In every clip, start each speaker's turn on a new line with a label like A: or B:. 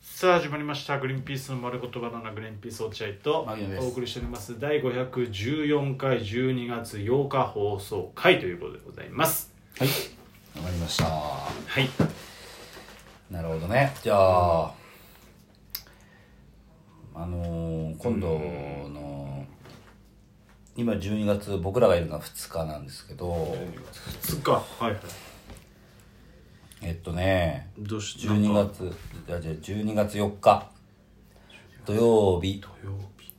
A: さあ始まりました「グリーンピースの丸言葉のなグリーンピース落合」と
B: 牧野です
A: お送りしております第514回12月8日放送回ということでございます
B: はいわかりました
A: はい
B: なるほどねじゃああのー今度の今12月僕らがいるのは2日なんですけど
A: 2日はいはい
B: えっとね
A: どうして
B: 12月じゃあじゃあ12月4日土曜日
A: 土曜日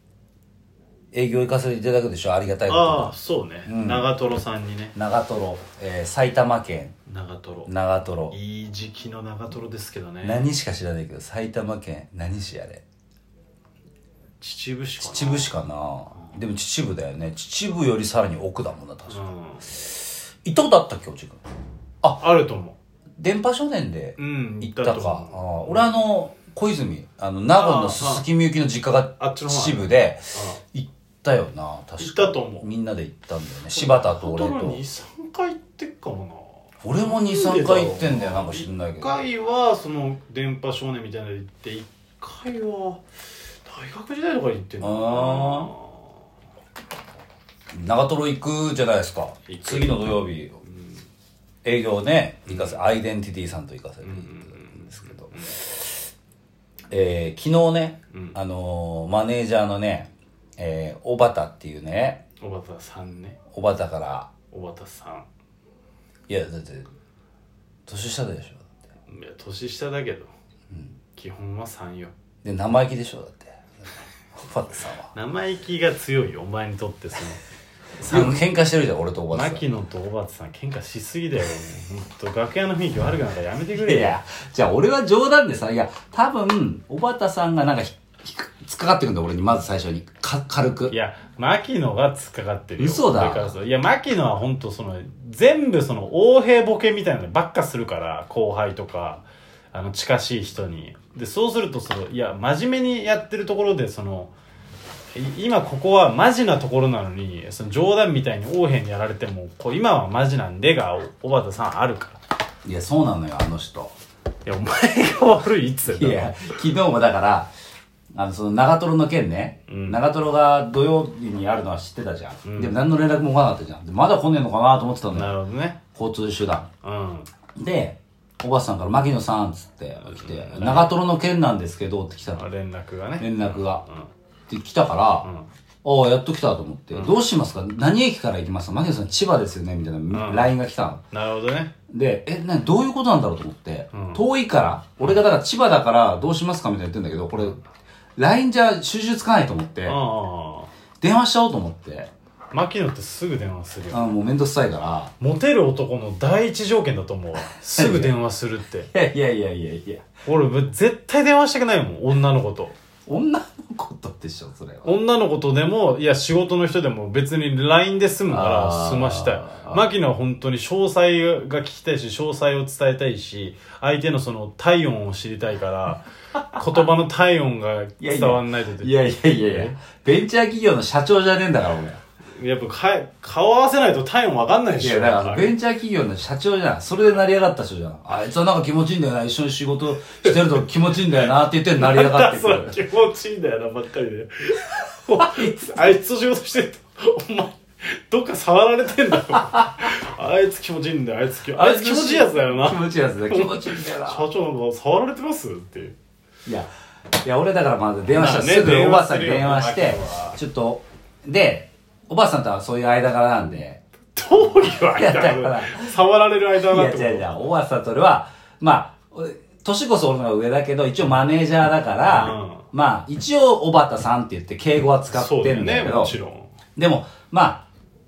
B: 営業行かせていただくでしょありがたいこと
A: ああそうね、長瀞さんにね
B: に長瀞、えー埼玉県
A: 長瀞
B: 長瀞
A: いい時期の長瀞ですけどね
B: 何しか知らないけど埼玉県何市あれ
A: 秩父市かな
B: 秩父市かなでも秩父だよね秩父よりさらに奥だもんな確か
A: うん
B: 行ったことあったっけ落合君
A: あると思
B: 電波少年で
A: ううん
B: 行った
A: と
B: かあ
A: 思う
B: あ俺あの小泉あの名護の鈴木みゆきの実家が
A: ああっちの方
B: 秩父で
A: あ
B: 行ったよな確か
A: 行ったと思う
B: みんなで行ったんだよね柴田と俺
A: 長瀞
B: と
A: に23回行ってっかもな
B: 俺も23回行ってんだよなんか知んないけ
A: 一
B: ど
A: 回はその電波少年みたいなの行って一回は大学時代とかに行ってんの
B: 長瀞行くじゃないですか
A: 行く
B: 次の土曜日
A: かなうん
B: 営業ね行かせアイデンティティさんと行かせていただいたんですけど、えー昨日ね、
A: うん
B: あのーマネージャーのね、えー、小畑っていうね
A: 小畑さんね
B: 小畑から
A: 小畑さん
B: いやだって年下でしょだって
A: いや年下だけど、基本は3よ
B: で生意気でしょだって小畑さんは
A: 生意気が強いよお前にとってそ
B: よく喧嘩してるじゃん俺と小
A: の
B: 畑さ
A: 牧
B: ん
A: 野と小畑さん喧嘩しすぎだよほんと楽屋の雰囲気悪くなんかやめてく
B: い
A: れよ
B: やじゃあ俺は冗談でさいや多分小畑さんがなんかひひく突っかかってくんだよ俺にまず最初にか軽く
A: いや牧野が突っかかってるよ
B: 嘘だ
A: からそういや牧野は本当その全部その横平ボケみたいなのばっかするから後輩とかあの近しい人にでそうするとそのいや真面目にやってるところでそのい今ここはマジなところなのにその冗談みたいに横平にやられてもこう今はマジなんでがお小畑さんあるから
B: いやそうなのよあの人
A: いやお前が悪いっつっ
B: い
A: てんだ
B: や、昨日もだから、あの、その長瀞の件ね、
A: うん
B: 長瀞が土曜日にあるのは知ってたじゃん。
A: うん
B: でも何の連絡も来なかったじゃん。でまだ来ねえのかなと思ってたんだ
A: な
B: よ。
A: るほどね
B: 交通手段。
A: うん
B: で、おばあさんから、牧野さんっつって来て、長瀞の件なんですけどって来たの。
A: 連絡がね
B: 連絡が
A: う。ん
B: で、来たから、
A: うん
B: ああ、やっと来たと思って、どうしますか何駅から行きますか牧野さん千葉ですよねみたいな LINE が来たの。
A: なるほどね
B: で、え、などういうことなんだろうと思って、
A: うん
B: 遠いから、俺がだから千葉だからどうしますかみたいな言ってんだけど、これ、LINE じゃ収集つかないと思って、
A: ああ
B: 電話しちゃおうと思って、
A: 牧野ってすぐ電話するよ
B: あもうめんどくさいか
A: モテる男の第一条件だと思うわすぐ電話するって
B: ら、いやいやいやいやいや、
A: 俺絶対電話したくないもん女の子と
B: 女の子とでしょ、それは。
A: 女の子とでもいや仕事の人でも別に LINE で済むな
B: あ
A: ら
B: ー
A: 済ましたい牧野は本当に詳細が聞きたいし詳細を伝えたいし相手のその体温を知りたいから 言葉の体温が伝わんないと
B: いやいやいやいや、ベンチャー企業の社長じゃねえんだから、俺。
A: やっぱか顔合わせないと体温わかんないで
B: い
A: し
B: や、
A: ょ
B: だから、
A: やっぱり
B: ベンチャー企業の社長じゃん。それで成り上がった人じゃん。あいつはなんか気持ちいいんだよな、一緒に仕事してると気持ちいいんだよな、って言って成り上がってく
A: なん
B: る
A: か。それ気持ちいいんだよなばっかり であいつと仕事してるとお前どっか触られてんだよあいつ気持ちいいんだよあいつき あいつ気持ちいいやつだよな
B: 気
A: 社
B: 持ちいいやつ だよ、気持ちいいんだよな。
A: 長なんか触られてますっていう
B: いや、いや俺だからまず電話した
A: ま
B: ら
A: あね
B: すぐおばあさんに
A: 電
B: 電
A: 話
B: 話
A: す
B: し
A: るよ
B: て、ちょっと、で、おばあさんとはそういう間柄なんで、
A: どういう
B: いやだか
A: 間
B: ら
A: 触られる間
B: い
A: だ
B: や
A: って
B: 違う違う、おばあさんと俺は、まあ、俺年こそ俺の方が上だけど、一応マネージャーだから、
A: うん
B: まあ、一応おばたさんって言って敬語は使
A: そう
B: っ
A: だよ
B: てんだ
A: ね
B: け
A: も
B: ど、
A: ちろん
B: でも、ま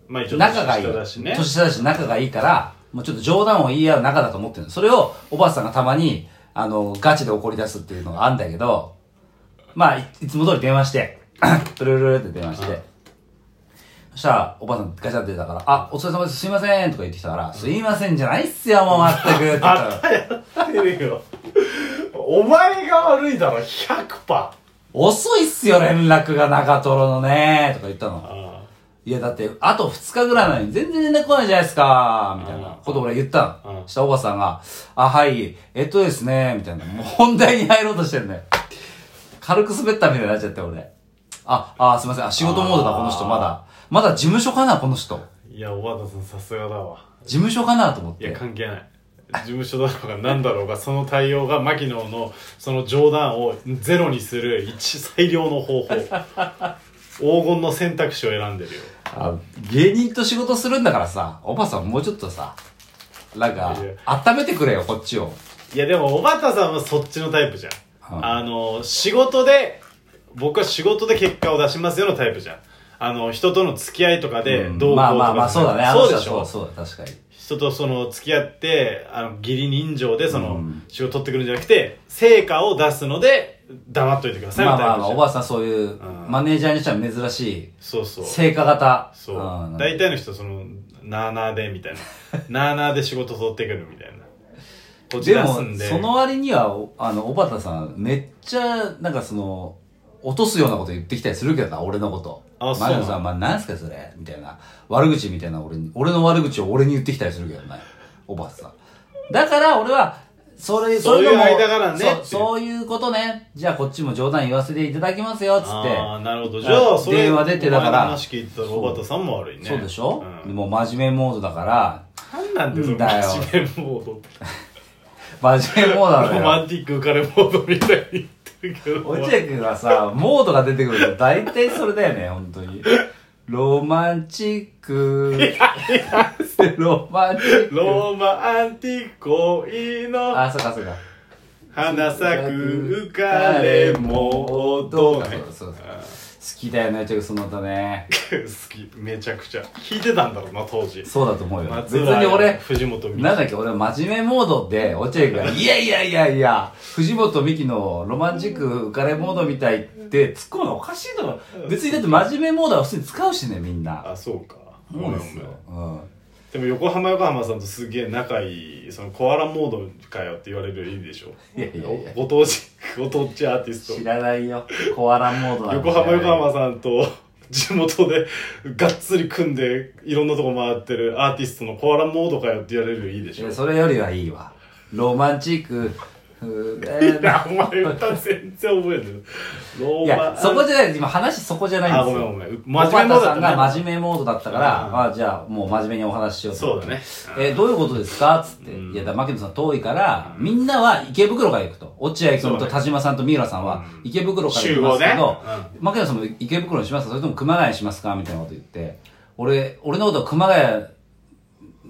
A: まあ
B: あ、仲がいい。
A: 下だしね
B: 年下だし仲がいいから、もうちょっと冗談を言い合う仲だと思ってるのそれをおばあさんがたまに、あの、ガチで怒り出すっていうのがあるんだけど、まあ、いいつも通り電話して、 プルルルって電話して、そしたら、おばあさんガチャって出たから、あ、お疲れ様です、すいませんとか言ってきたから、すいませんじゃないっすよ、もう全くって言った
A: あっ
B: ら、
A: たやってるよお前が悪いだろ100%
B: 遅いっすよ、連絡が中トロのね、とか言ったの。
A: あ
B: いや、だって、あと2日ぐらいなのに全然連絡来ないじゃないですか、みたいなことを俺言った
A: うん
B: の。したらおばさんが、あ、はい、えっとですね、みたいな、もう本題に入ろうとしてるんだよ。軽く滑ったみたいになっちゃって、俺。あ、あ、すいません。あ、仕事モードだ、この人、まだ。まだ事務所かな、この人。
A: いや小畑さんさすがだわ
B: 事務所かなと思っ
A: いや
B: て。
A: 関係ない事務所だろうが何だろうがその対応が牧野のその冗談をゼロにする一最良の 方法黄金の選択肢を選んでるよ
B: あ芸人と仕事するんだからさ、おばさんもうちょっとさ、なんか
A: いやいや、
B: 温めてくれよ、こっちを。
A: いやでも小畑さんはそっちのタイプじゃん、
B: は
A: あの仕事で僕は仕事で結果を出しますよのタイプじゃんあの人との付き合いとかで
B: うん
A: どうこうと
B: ま
A: か
B: あ
A: じゃ
B: ま
A: な
B: あ
A: い、
B: まあ、そう
A: そう
B: だね。あの人
A: で
B: は
A: しょ
B: そうそうだ、確かに。
A: 人とその付き合ってあの義理人情でその、
B: うん
A: 仕事取ってくるんじゃなくて成果を出すので黙っといてください
B: まあ
A: みたい
B: ま
A: な
B: あまあ、おばさんそういう、マネージャーにしては珍し
A: そうそ
B: い、
A: う
B: 成果型。
A: そ
B: ん
A: う大体の人そのなあなあでみたいな なあなあで仕事取ってくるみたいなこっち
B: で
A: 出
B: も
A: すん、で
B: その割には、おあの、小畑さん、めっちゃ、なんかその、落とすようなこと言ってきたりするけどな、俺のこと。
A: あそう
B: マリオさん、まあ、なんすかそれみたいな。悪口みたいな俺に、俺の悪口を俺に言ってきたりするけどな、小畑さん。だから、俺は、それ、
A: そういう
B: のも
A: 間柄ねっていう
B: そう、そういうことね。じゃあ、こっちも冗談言わせていただきますよ、つって。
A: ああなるほどじゃあそれ
B: 電話出てだから
A: お前の話聞いたら小畑さんも悪いね
B: そうでしょ、
A: うん、
B: もう真面目モードだから、
A: なんなんでその
B: だよ
A: 真面目モードって
B: 真面目モードなの
A: ロ
B: よ。
A: マンティック浮かれモードみたいに言ってるけど
B: 落合君はさ、モードが出てくると大体それだよね、本当に。ロマンチック。ロマンチック。
A: ロマンティック恋の
B: あ、そうかそうか。
A: 花咲く浮かれモード、ね、
B: そうそうそう好きだよね、落合君、その歌ね。
A: 好きめちゃくちゃ聞いてたんだろうな当時
B: そうだと思うよ。別
A: 松浦
B: に俺、
A: 藤本美貴
B: なんだっけ、俺、真面目モードで、落合君が、いやいやいやいや、藤本美貴のロマンチック浮かれモードみたいって突っ込むのおかしいだろ。別にだって真面目モードは普通に使うしね、みんな。
A: あそうか
B: そうですよ。うん。
A: でも横浜横浜さんとすげえ仲いいそのコアラモードかよって言われるよりいいでしょ
B: いやいやいや
A: おご当地ご当地アーティス
B: 知
A: ト
B: らないよ。コアラモードなんて
A: 横浜横浜さんと地元でがっつり組んでいろんなとこ回ってるアーティストのコアラモードかよって言われるよりいいでしょ
B: いやそれよりはいいわ。ロマンチック。う
A: い
B: ー
A: やお前歌全然覚えてるロ
B: い
A: ーマ
B: や、
A: ン
B: そこじゃない。今話そこじゃないん
A: あ
B: です
A: ご
B: よ。
A: めんごめん
B: 小畑さん
A: ね
B: が真面目モードだったから、
A: うん
B: まあじゃあもう真面目にお話ししようと
A: そうだね
B: え、どういうことですかつって。
A: うん
B: いや、だから牧野さん遠いから、みんなは池袋から行くと。落合
A: そう
B: 君
A: だ
B: と
A: ね
B: 田島さんと三浦さんは
A: うん
B: 池袋から行きますけ
A: 集
B: ど
A: 合ね、
B: 牧野さんも池袋にしますかそれとも熊谷にしますかみたいなこと言って、俺、俺のことは熊谷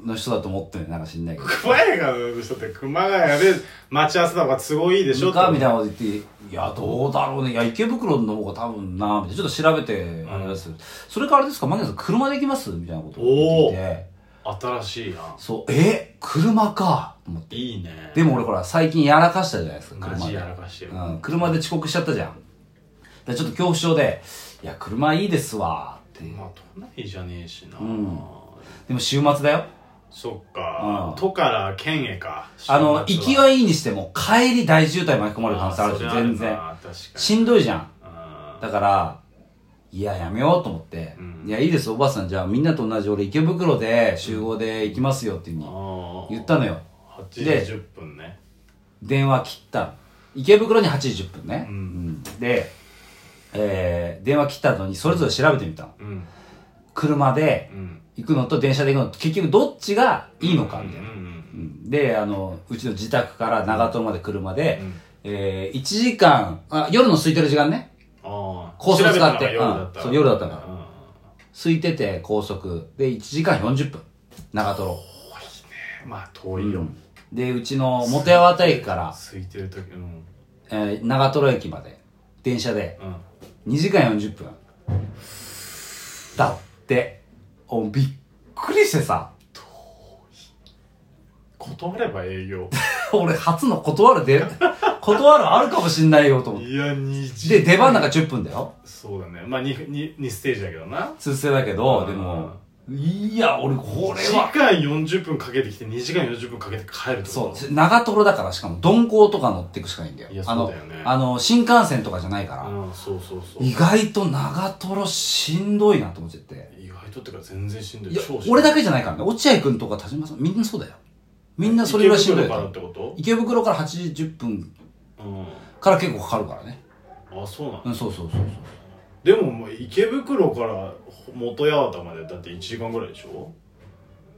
B: の人だと思ってるなんか知んないけど。
A: 熊谷の人って熊谷で待ち合わせた方が都合いいでしょって
B: かみたいなこと言って、いや、どうだろうね。いや、池袋の方が多分な、みたいな。ちょっと調べて、あれです。それからあれですか、マギさん、車で行きますみたいなことを言ってきて。
A: 新しいな
B: そう、え車かと思って。
A: いいね
B: でも俺ほら、最近やらかしたじゃないです
A: マ
B: か、車
A: ジ
B: で。
A: やらかしてる
B: うん、車で遅刻しちゃったじゃん。で、ちょっと恐怖症で、いや、車いいですわ、って。
A: まあ都内じゃねえしな、
B: んでも週末だよ。
A: そっか、
B: うん
A: 都から県へか
B: あの、行き
A: あ
B: はいいにしても、帰り大渋滞巻き込まれる可能性ある
A: そ
B: し
A: れ、
B: 全
A: な
B: 然。
A: 確か
B: しんどいじゃん。
A: に
B: だから、いや、やめようと思って、
A: うん
B: いや、いいです、おばあさん、じゃあみんなと同じ俺池袋で集合で行きますよっていうふうに
A: うん
B: 言ったのよ。
A: 8時10分ね
B: 電話切ったの。池袋に8時10分ね。
A: うん
B: うんで、えー電話切った後にそれぞれ調べてみたの。
A: うん
B: 車で
A: うん
B: 行くのと電車で行くのと結局どっちがいいのかみたいな。
A: うんうん
B: うんで、あの、うちの自宅から長友まで車で、
A: うん
B: えー1時間、あ、夜の空いてる時間ね。
A: ああ
B: 高速使って
A: 調べたのが夜だった
B: うんそう夜だったから
A: うん
B: 空いてて、高速。で、1時間40分。長友。
A: まあ遠いよ、
B: で、うちの元八幡駅から、
A: 空いてる時うん
B: えー長瀞駅まで、電車で、
A: うん
B: 2時間40分。だって、おびっくりしてさ、
A: 断れば営業
B: 俺初の断るで、断るあるかもしんないよと思って。
A: いや2時
B: で、出番なんか10分だよ。
A: そうだねまあ 2, 2, 2ステージだけどな
B: 通世だけど、でも、いや、俺これ
A: 時
B: は、
A: 間40分かけてきて2時間40分かけて帰るってこ
B: そ
A: と
B: う、長瀞だからしかも鈍行とか乗ってくしかないんだよ。
A: いや
B: あの、
A: そうだよね
B: あの、新幹線とかじゃないから。
A: うんそうそうそう
B: 意外と長瀞しんどいなと思っちゃって。
A: 意外とってか全然しんどい
B: いや
A: 超しんど、い
B: 俺だけじゃないからね。落合くんとか田島さん、みんなそうだよ。みんなそれぐらいしんどい
A: 池袋から
B: よ
A: っ。てこと
B: 池袋から8時10分
A: うん
B: から結構かかるからね。
A: あそうなん
B: うん、そうそうそうそう。
A: でももう池袋から元八幡までだって1時間ぐらいでしょ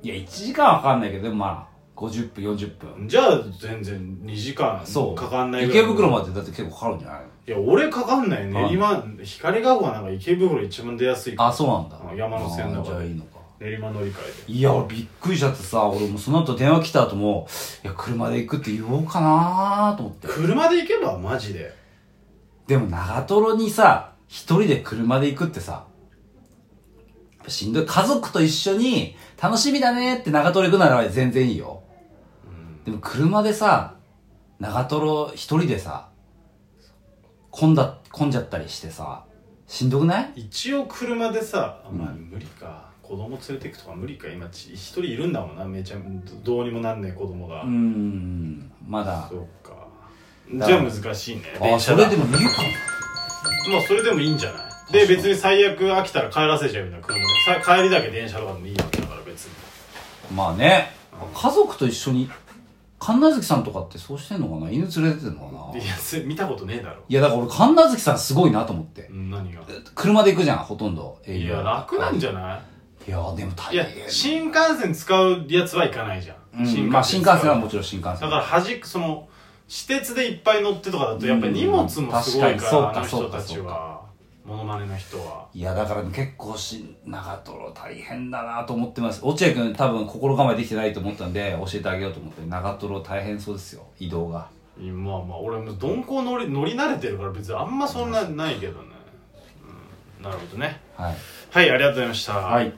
B: いや、1時間はかかんないけど、でもまあ、50分、40分。
A: じゃあ全然2時間
B: そう。
A: かかんないぐらい
B: 池袋までだって結構かかるんじゃない
A: いや俺かかんない
B: あ
A: 練馬光が丘なんか池袋一番出やすいから
B: あ、そうなんだ
A: あ。山手線だから
B: あーじゃあいいのか。
A: 練馬乗り換え
B: いや、俺びっくりしちゃってさ、俺もうその後電話来た後も、いや、車で行くって言おうかなーと思って
A: で。車で行けばマジで
B: でも長瀞にさ、一人で車で行くってさ、やっぱしんどい。家族と一緒に、楽しみだねって長瀞行くなら全然いいよ。でも車でさ、長瀞一人でさ、混んだ、混んじゃったりしてさ、しんどくない
A: 一応車でさまあ無理か、子供連れてくとか無理か今ち一人いるんだもんなめちゃどうにもなんねえ子供が、
B: うーん、まだ
A: そ。うか
B: だ
A: じゃあ難しいね
B: あ、
A: 電
B: そ
A: 車
B: れ
A: だ
B: でもいいかも。
A: まあそれでもいいんじゃないで別に最悪飽きたら帰らせちゃうような車でさ帰りだけ電車とかでもいいわけだから別に
B: まあね、家族と一緒に、神奈月さんとかってそうしてんのかな犬連れてってんのかない
A: やせ見たことねえだろ
B: いや、だから俺神奈月さんすごいなと思って。
A: うん何が
B: 車で行くじゃん、ほとんど。営
A: い
B: 業
A: や楽なんじゃない
B: いや、でも大
A: いや
B: 変。
A: 新幹線使うやつは行かないじゃん、
B: うんまあ新幹線はも
A: ち
B: ちろん新幹
A: だ
B: 線。
A: から端くその私鉄でいっぱい乗ってとかだとやっぱり荷物もすごい
B: うん
A: から、
B: 確かにそうか
A: あの
B: そ
A: 人
B: うか
A: たち
B: そう
A: はモノマネの人はい
B: や、だから結構し、長瀞大変だなと思ってます。落合君多分心構えできてないと思ったんで、教えてあげようと思って。長瀞大変そうですよ、移動が。
A: まあまあ俺も鈍行乗り乗り慣れてるから別にあんまそんなないけどね、うん、なるほどね
B: はい。
A: はいありがとうございました
B: はい。